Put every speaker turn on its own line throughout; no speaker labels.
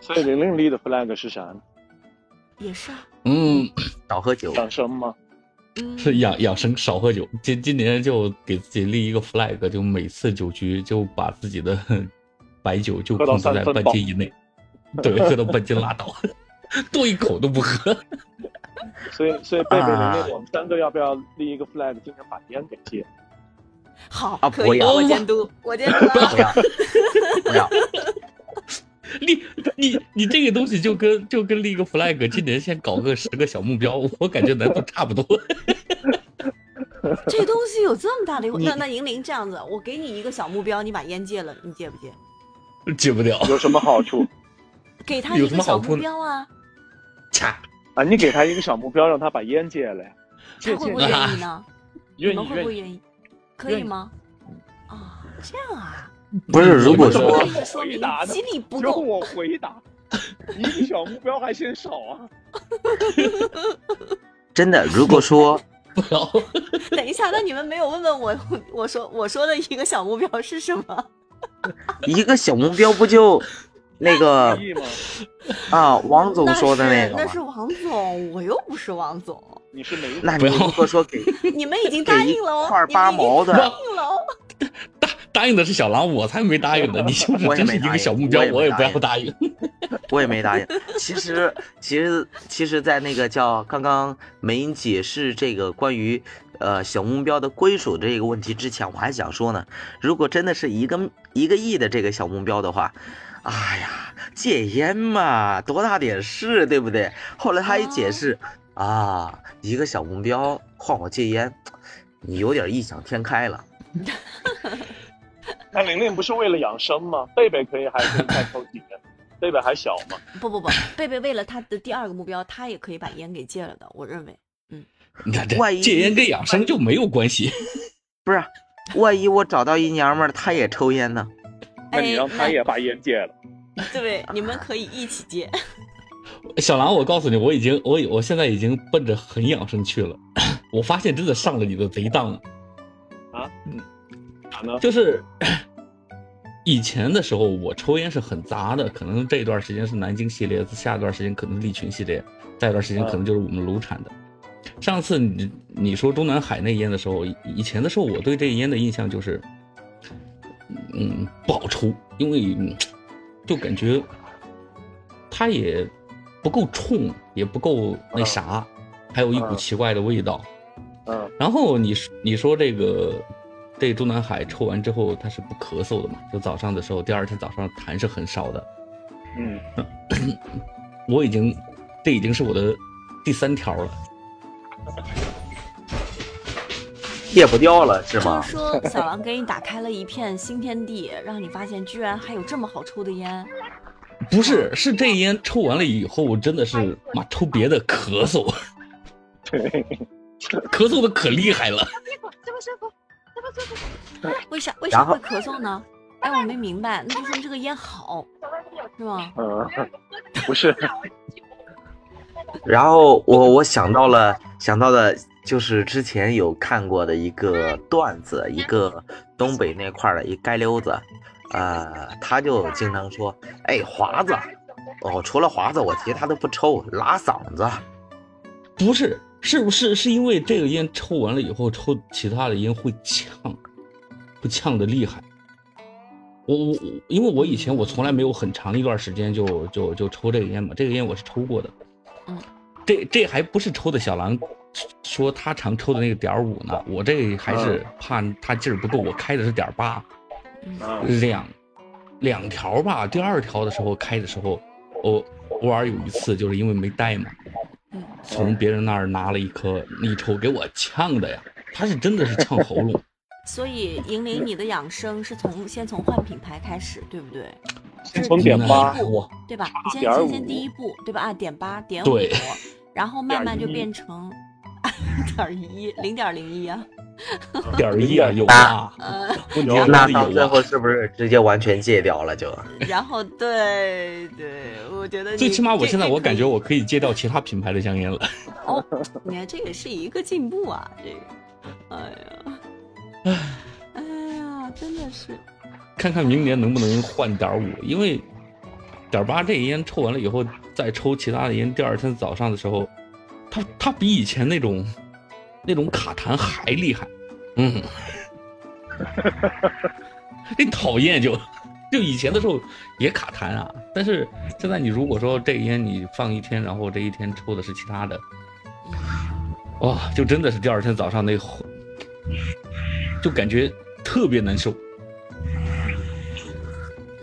所以玲玲立的 flag 是啥呢？
也是啊，
嗯， 少喝酒，
养生吗？
嗯，
是养养生，少喝酒。今今年就给自己立一个 flag，就每次酒局就把自己的 白酒就控制在半斤以内， 对，喝到半斤拉倒， 多一口都不喝。
所以所以贝贝玲
啊
玲，我们三个要不要立一个 flag，今年把烟给戒？
好
啊，
可
不
以，
要
我监 督，我监督啊
不要，不要。立你你这个东西就跟就跟立个 flag，今年先搞个十个小目标，我感觉难度差不多。
这东西有这么大的诱惑。
你
那那银铃这样子，我给你一个小目标，你把烟戒了，你戒不戒？
戒不掉，
有什么好处
给他
有
一
什
个
么
小
好处
目
呢
标啊，
掐
啊？你给他一个小目标，让他把烟戒了呀。
他
戒
会
戒
不会
戒
愿意呢？你
愿
们
意
会不
愿
会
意，
愿意？可以
愿意
吗？啊，这样啊，
不是如果
这
说
也说明激励不
就
够。
我回答，一个小目标还嫌少啊？
真的，如果说
不要，
等一下，那你们没有问问我， 我说我说的一个小目标是什么？
一个小目标不就那个
同意吗？
啊，王总说的
那是
那个
那是
吗？
王总，我又不是王总。
你是没
那
那
你如果说给
你们已经答应了哦，
给一块八毛的
你们已经答应了哦。
答答应的是小狼，我才没答应呢。你就是
我也
真
没
是一
答
个
应
小目标，
我
我
也没
也
答
不要
应
答应。
我也没答应。其实，其实，其实，在那个叫刚刚梅英解释这个关于呃小目标的归属这个问题之前，我还想说呢，如果真的是一个一个亿的这个小目标的话，哎呀，戒烟嘛，多大点事，对不对？后来他一解释，啊，一个小目标换我戒烟，你有点异想天开了。
那玲玲不是为了养生吗？贝贝可以还可以再抽几根，贝贝还小嘛。
不不不，贝贝为了他的第二个目标，他也可以把烟给戒了的。我认为，
你看这
万一
戒烟跟养生就没有关系。
不是，啊万一我找到一娘们儿，她也抽烟呢？
那你让他
哎
也把烟戒了，
那对，你们可以一起戒。
小狼，我告诉你，我已经我我现在已经奔着很养生去了。 我发现真的上了你的贼当了，啊
咋呢？
就是 以前的时候我抽烟是很杂的，可能这一段时间是南京系列，下一段时间可能是利群系列，再一段时间
嗯
可能就是我们卢产的。上次你你说中南海那烟的时候，以以前的时候我对这烟的印象就是，嗯，不好抽，因为嗯就感觉它也不够冲，也不够那啥，还有一股
嗯
奇怪的味道。
嗯，
然后你说你说这个这中南海抽完之后他是不咳嗽的嘛？就早上的时候，第二天早上痰是很少的。
嗯，
我已经这已经是我的第三条了。
戒不掉了是
就
吗
是？说，小狼给你打开了一片新天地，让你发现居然还有这么好抽的烟。
不是，是这烟抽完了以后，我真的是妈抽别的咳嗽，
对，
咳嗽的可厉害了。
为啥为啥
然后
会咳嗽呢？哎，我没明白，那就说明这个烟好，是吗？
嗯， 不是，
然后我我想到了，想到了，就是之前有看过的一个段子，一个东北那块儿的一街溜子，呃，他就经常说，哎，华子，哦，除了华子，我其他都不抽，拉嗓子。
不是，是不是是因为这个烟抽完了以后，抽其他的烟会呛，会呛的厉害。我我我因为我以前我从来没有很长一段时间就就就抽这个烟嘛，这个烟我是抽过的。
嗯，
这这还不是抽的小狼说他常抽的那个点五呢，我这个还是怕他劲儿不够，我开的是点八。
嗯
两两条吧。第二条的时候开的时候，我偶尔有一次就是因为没带嘛
嗯，
从别人那儿拿了一颗一抽，给我呛的呀，他是真的是呛喉 咙。
所以，银铃，你的养生是从先从换品牌开始，对不对？
先从点八
这是第一步
我
对吧？你先
点
先
五
先第一步，对吧？啊，点八点五
对，
然 后慢慢就
点一
变成 点一零点零一啊，
点儿一啊有啊，
呃，
问题
有
是
那
真
到
的
最
有啊。
后是不是直接完全戒掉 了就？
然后对对，我觉得你
最起码我
这
现在
这
我
可
感
以
觉我可以戒掉其他品牌的香烟了。
哦，你看这也是一个进步啊，这个，哎呀，哎呀，真的是，
看看明年能不能换点儿五，因为点点八这烟抽完了以后，再抽其他的烟，第二天早上的时候，它它比以前那种那种卡痰还厉害，嗯， 这讨厌就就以前的时候也卡痰啊，但是现在你如果说这个烟你放一天，然后这一天抽的是其他的，哇、就真的是第二天早上那火，就感觉特别难受。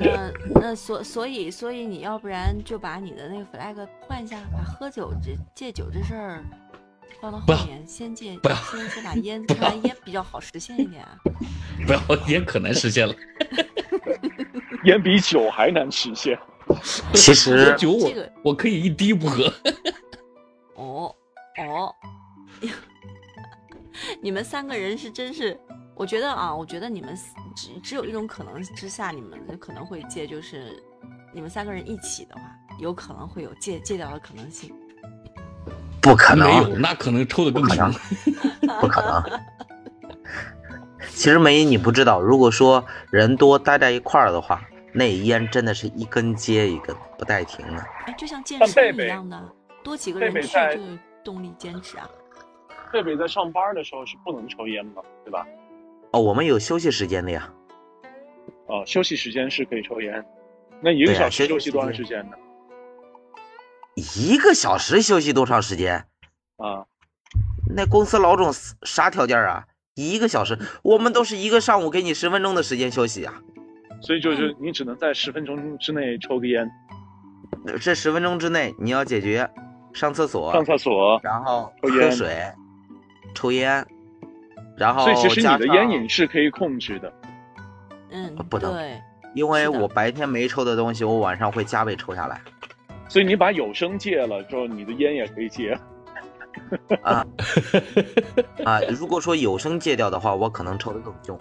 那那所所以所以你要不然就把你的那个 flag 换一下，把喝酒这戒酒这事儿放到
不要
后面，先戒，
不要
先 先把烟抽完烟比较好实现一点啊。
不要烟可难实现了。
烟比酒还难实现。
其实
喝酒我
这个
我可以一滴不喝，
哦哦， 你们三个人是真是，我觉得啊，我觉得你们四只只有一种可能之下，你们可能会戒，就是你们三个人一起的话，有可能会有戒戒掉的可能性。
不可
没
能
有，，那可能抽的更
不可
凶
能。，不可能。其实梅姨，你不知道，如果说人多待在一块儿的话，那烟真的是一根接一根，不带停啊的。
哎，就像健
但贝
身
贝
一样的，多几个
贝
人
贝
去
在
就有动力坚持啊。
贝贝在上班的时候是不能抽烟的，对吧？
哦，我们有休息时间的呀，
呃，休息时间是可以抽烟。那一个
对啊
小时
休
休
息
息多长
时
时间呢？
一个小时休息多长时间？
啊，
那公司老总啥条件啊？一个小时，我们都是一个上午给你十分钟的时间休息啊。
所以就是你只能在十分钟之内抽个烟，
呃这十分钟之内你要解决上厕所，
上厕所。
然后
抽
喝
烟
水、抽烟，然后
所以其实
加
你的烟
上
瘾是可以控制的。
嗯，
啊不能
对，
因为
是的
我白天没抽的东西，我晚上会加倍抽下来。
所以你把有声戒了之后，你的烟也可以戒。
哦啊，如果说有声戒掉的话，我可能抽的更凶。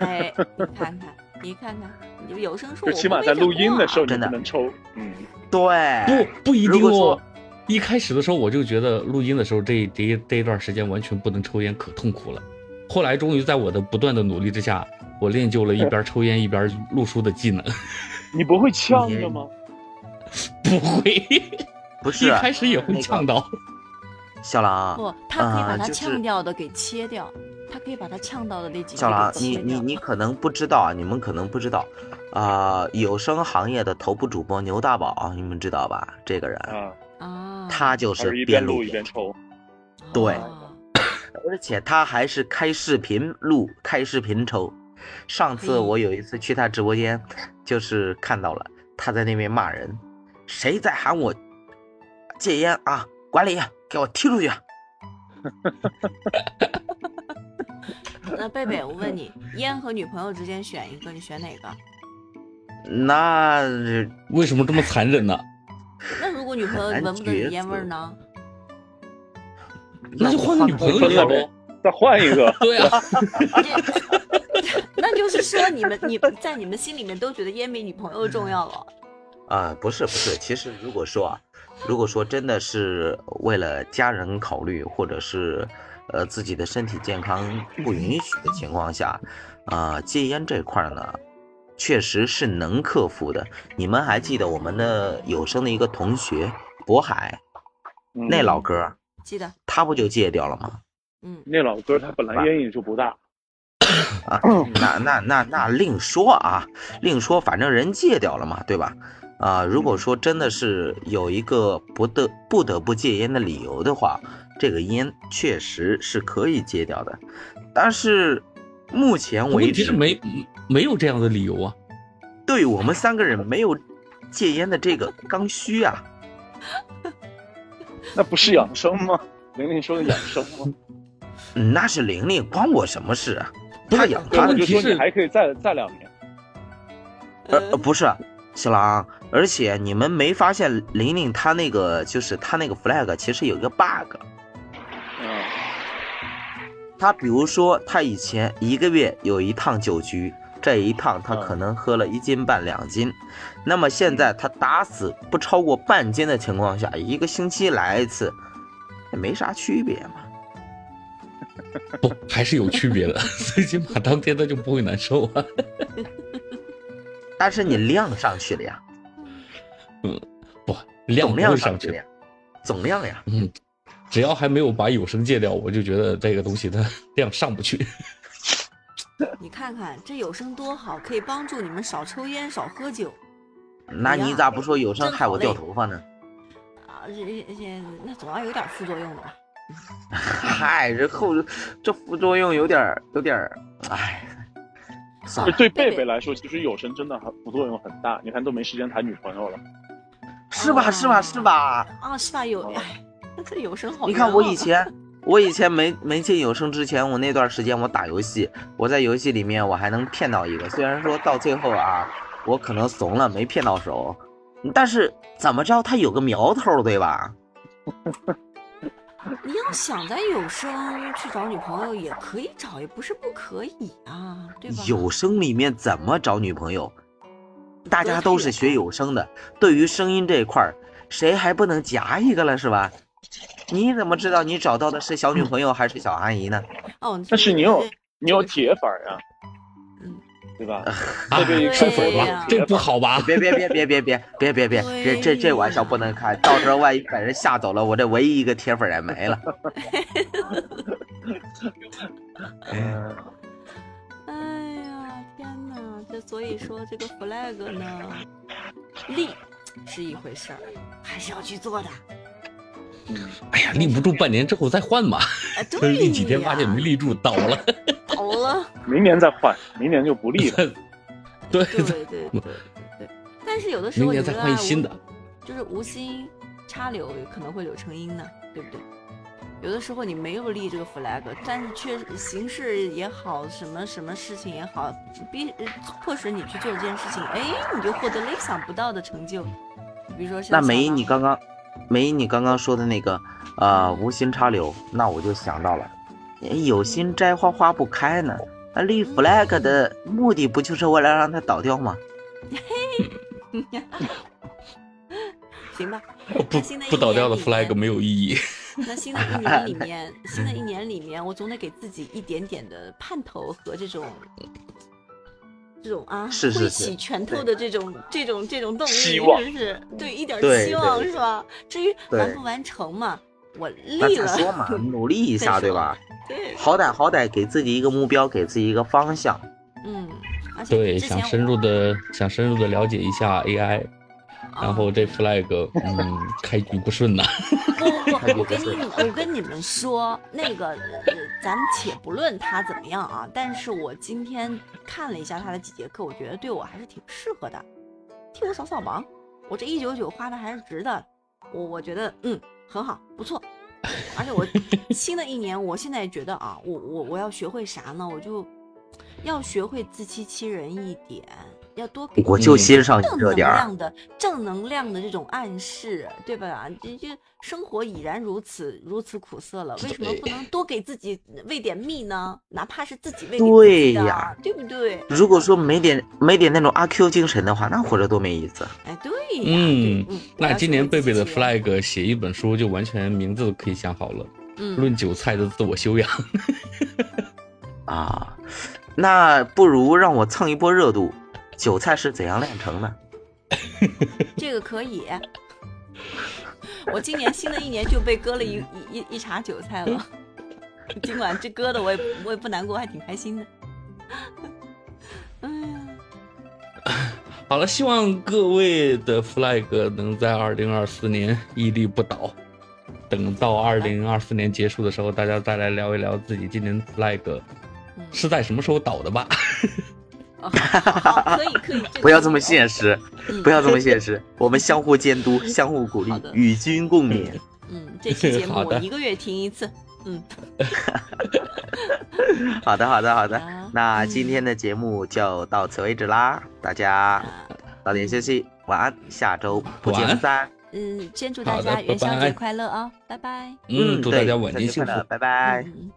哎，你看看，你看看，你有声书
就
我
起码
都没
在
整
录音
过
的
啊
时候你
真的
不能抽。嗯，
对，
不不一
如
定
果
哦
说。
一开始的时候我就觉得录音的时候这一这一这一段时间完全不能抽烟，可痛苦了。后来终于在我的不断的努力之下，我练就了一边抽烟一边录书的技能。
你不会呛的吗？
不会，
不
一
是啊
开始也会
那个
呛到。
小狼，
不，他可以把
啊
它
就是
呛掉的给切掉，他可以把它呛到的那几句
小狼
给，切
你
嗯
掉。
你你可能不知道啊，你们可能不知道，啊、有声行业的头部主播牛大宝，你们知道吧？这个人，
啊，
啊，
他就
还是
嗯是
一边
录
录一边，抽。
对
啊
而且他还是开视频录、开视频抽。上次
嗯
我有一次去他直播间，就是看到了他在那边骂人，谁在喊我戒烟啊？管理给我踢出去！啊
那贝贝，我问你，烟和女朋友之间选一个，你选哪个？
那
为什么这么残忍呢？
那如果女朋友
很难
闻不得你
抉
烟味儿
择
呢？
那就换个女朋友
了
聊呗。，
再换一个
对啊，
这 那就是说你们你在你们心里面都觉得烟比女朋友重要了。
啊，不是不是，其实如果说啊，如果说真的是为了家人考虑，或者是呃自己的身体健康不允许的情况下，啊、戒烟这块儿呢，确实是能克服的。你们还记得我们的有生的一个同学渤海
嗯
那老哥儿，
记得，
他不就戒掉了吗？
嗯，
那老哥他本来烟瘾就不大，
啊，那那那那另说啊，另说，反正人戒掉了嘛，对吧？啊、如果说真的是有一个不得不得不戒烟的理由的话，这个烟确实是可以戒掉的。但是目前为
问题
止
是，没没有这样的理由啊。
对我们三个人没有戒烟的这个刚需啊。
那不是养生吗？ 玲玲说的养生吗？
嗯那是玲玲，关我什么事啊？
不是
他养
对
对，
他
我
的
就
问题
说
是
你还可以再再两年。嗯
呃，呃不是，小狼，而且你们没发现玲玲她那个就是她那个 flag 其实有一个 bug。
嗯，
她比如说她以前一个月有一趟酒局，这一趟她可能喝了一斤半两斤，那么现在她打死不超过半斤的情况下，一个星期来一次，也没啥区别嘛。
不，还是有区别的。 最起码当天他就不会难受啊。
但是你量上去了呀，
不量
总
不会上
量上
去
去，呀，总量呀，
嗯，只要还没有把有声戒掉，我就觉得这个东西它量 上不去。
你看看这有声多好，可以帮助你们少抽烟、少喝酒
那你咋不说有声害我掉头发呢？
啊，这这这那总要有点副作用的吧？
嗨，这后这副作用有点儿有点儿，哎，算
就
了，
对
贝
贝
贝
贝来说，其实有声真的很副作用很大。你看都没时间谈女朋友了，
是吧是吧是吧？
啊，是吧？有哎，这有声好、啊
你看我以，前，我以前没没进有声之前，我那段时间我打游戏，我在游戏里面我还能骗到一个，虽然说到最后啊，我可能怂了没骗到手，但是怎么着他有个苗头对吧？
你要想在有声去找女朋友也可以找，也不是不可以啊，对吧？
有声里面怎么找女朋友？大
隔
家
太
都是
远
学
了
有声的，对于声音这一块儿，谁还不能夹一个了是吧？你怎么知道你找到的是小女朋友还是小阿姨呢？
哦，
但是你有你有
这个
铁粉儿呀、
嗯
对吧？
啊，
对
受粉
对哎呀
吧，这不好吧？
别别别别别别别别别，这这这玩笑不能开，到时候万一把人吓走了，我这唯一一个铁粉 也没了。
嗯，
哎呀，天哪！这所以说这个 flag 呢，立是一回事儿，还是要去做的。
嗯
哎呀，立不住半年之后再换吧，
哎，对呀，
立几天发现没立住，倒了。
倒了。
明年再换，明年就不立了。
对，
对对对对对。但是有的时候
明
你
年
说
再
啊
换一新的，
无就是无心插柳可能会柳成荫呢，对不对？有的时候你没有立这个 flag，但是确实形势也好，什么什么事情也好，逼呃迫使你去做这件事情，哎，你就获得了意想不到的成就。比如说像
那梅姨
小
你
狼
刚刚，梅姨你刚刚说的那个，呃，无心插柳，那我就想到了，有心摘花花不开呢。那立 flag 的目的不就是为了让它倒掉吗？
行吧，
不
新的一
不倒掉的
年里面
flag 没有意义。
那新的一年里面，新的一年里面，我总得给自己一点点的盼头和这种，这种啊，
是是
挥
是
起拳头的这种、这种、这种动力，
希望
是不是？对，一点
对
希望
对
是吧？至于
对
完不完成嘛，我
那
立
再
了，
说嘛，嗯努力一下，
再说
对吧？
对，
好歹好歹给自己一个目标，给自己一个方向。
嗯，而且
对，
之
想
前
深入的想深入的了解一下 AI，
啊
然后这 flag 嗯开局不 顺呐。
不不
太
不，我
不合
跟你
适
我跟你们说，那个呃，咱们且不论他怎么样啊，但是我今天看了一下他的几节课，我觉得对我还是挺适合的，替我扫扫盲，我这一九九花的还是值的，我我觉得嗯很好，不错，而且我新的一年，我现在觉得啊，我我我要学会啥呢？我就要学会自欺欺人一点，要多给
我
自
就
己
欣
哦
赏你
正
这
嗯能
点儿。
量的正能量的这种暗示，对吧？这这生活已然如此如此苦涩了，为什么不能多给自己喂点蜜呢？哪怕是自己喂给自己的啊
对呀
对不对？
如果说没点没点那种阿 Q 精神的话，那活着多没意思。
哎，对呀，
嗯
对嗯
那今年贝贝
我
的，
要学会
flag 写一本书，就完全名字都可以想好了，
自欺嗯，
论韭菜的自我修养。
啊，那不如让我蹭一波热度。韭菜是怎样炼成的？
这个可以。我今年新的一年就被割了一
嗯
一一一茬韭菜了， 尽管这割的我也我也不难过，还挺开心的。嗯。
好了，希望各位的 flag 能在二零二四年屹立不倒。等到二零二四年结束的时候，大家再来聊一聊自己今年 flag
嗯
是在什么时候倒的吧。
哦好，好可以可以，个
不要这
可以
么
的
现实，
嗯
不要这么 现实。我们相互监督，相互鼓励
好的，
与君共勉。
嗯，这 期节目
好
我
的
一个月听一次。嗯，
好的，好的，好的。
好嗯
那今天的节目就到此为止啦，大家
嗯
早点休息，晚安，下周不见
晚安
不散。
嗯，先祝
好
大家
的
元
拜
宵
拜
节快乐啊，拜拜。
嗯，祝大
对
家晚年
元宵
幸
节快
福
乐。拜拜。
嗯嗯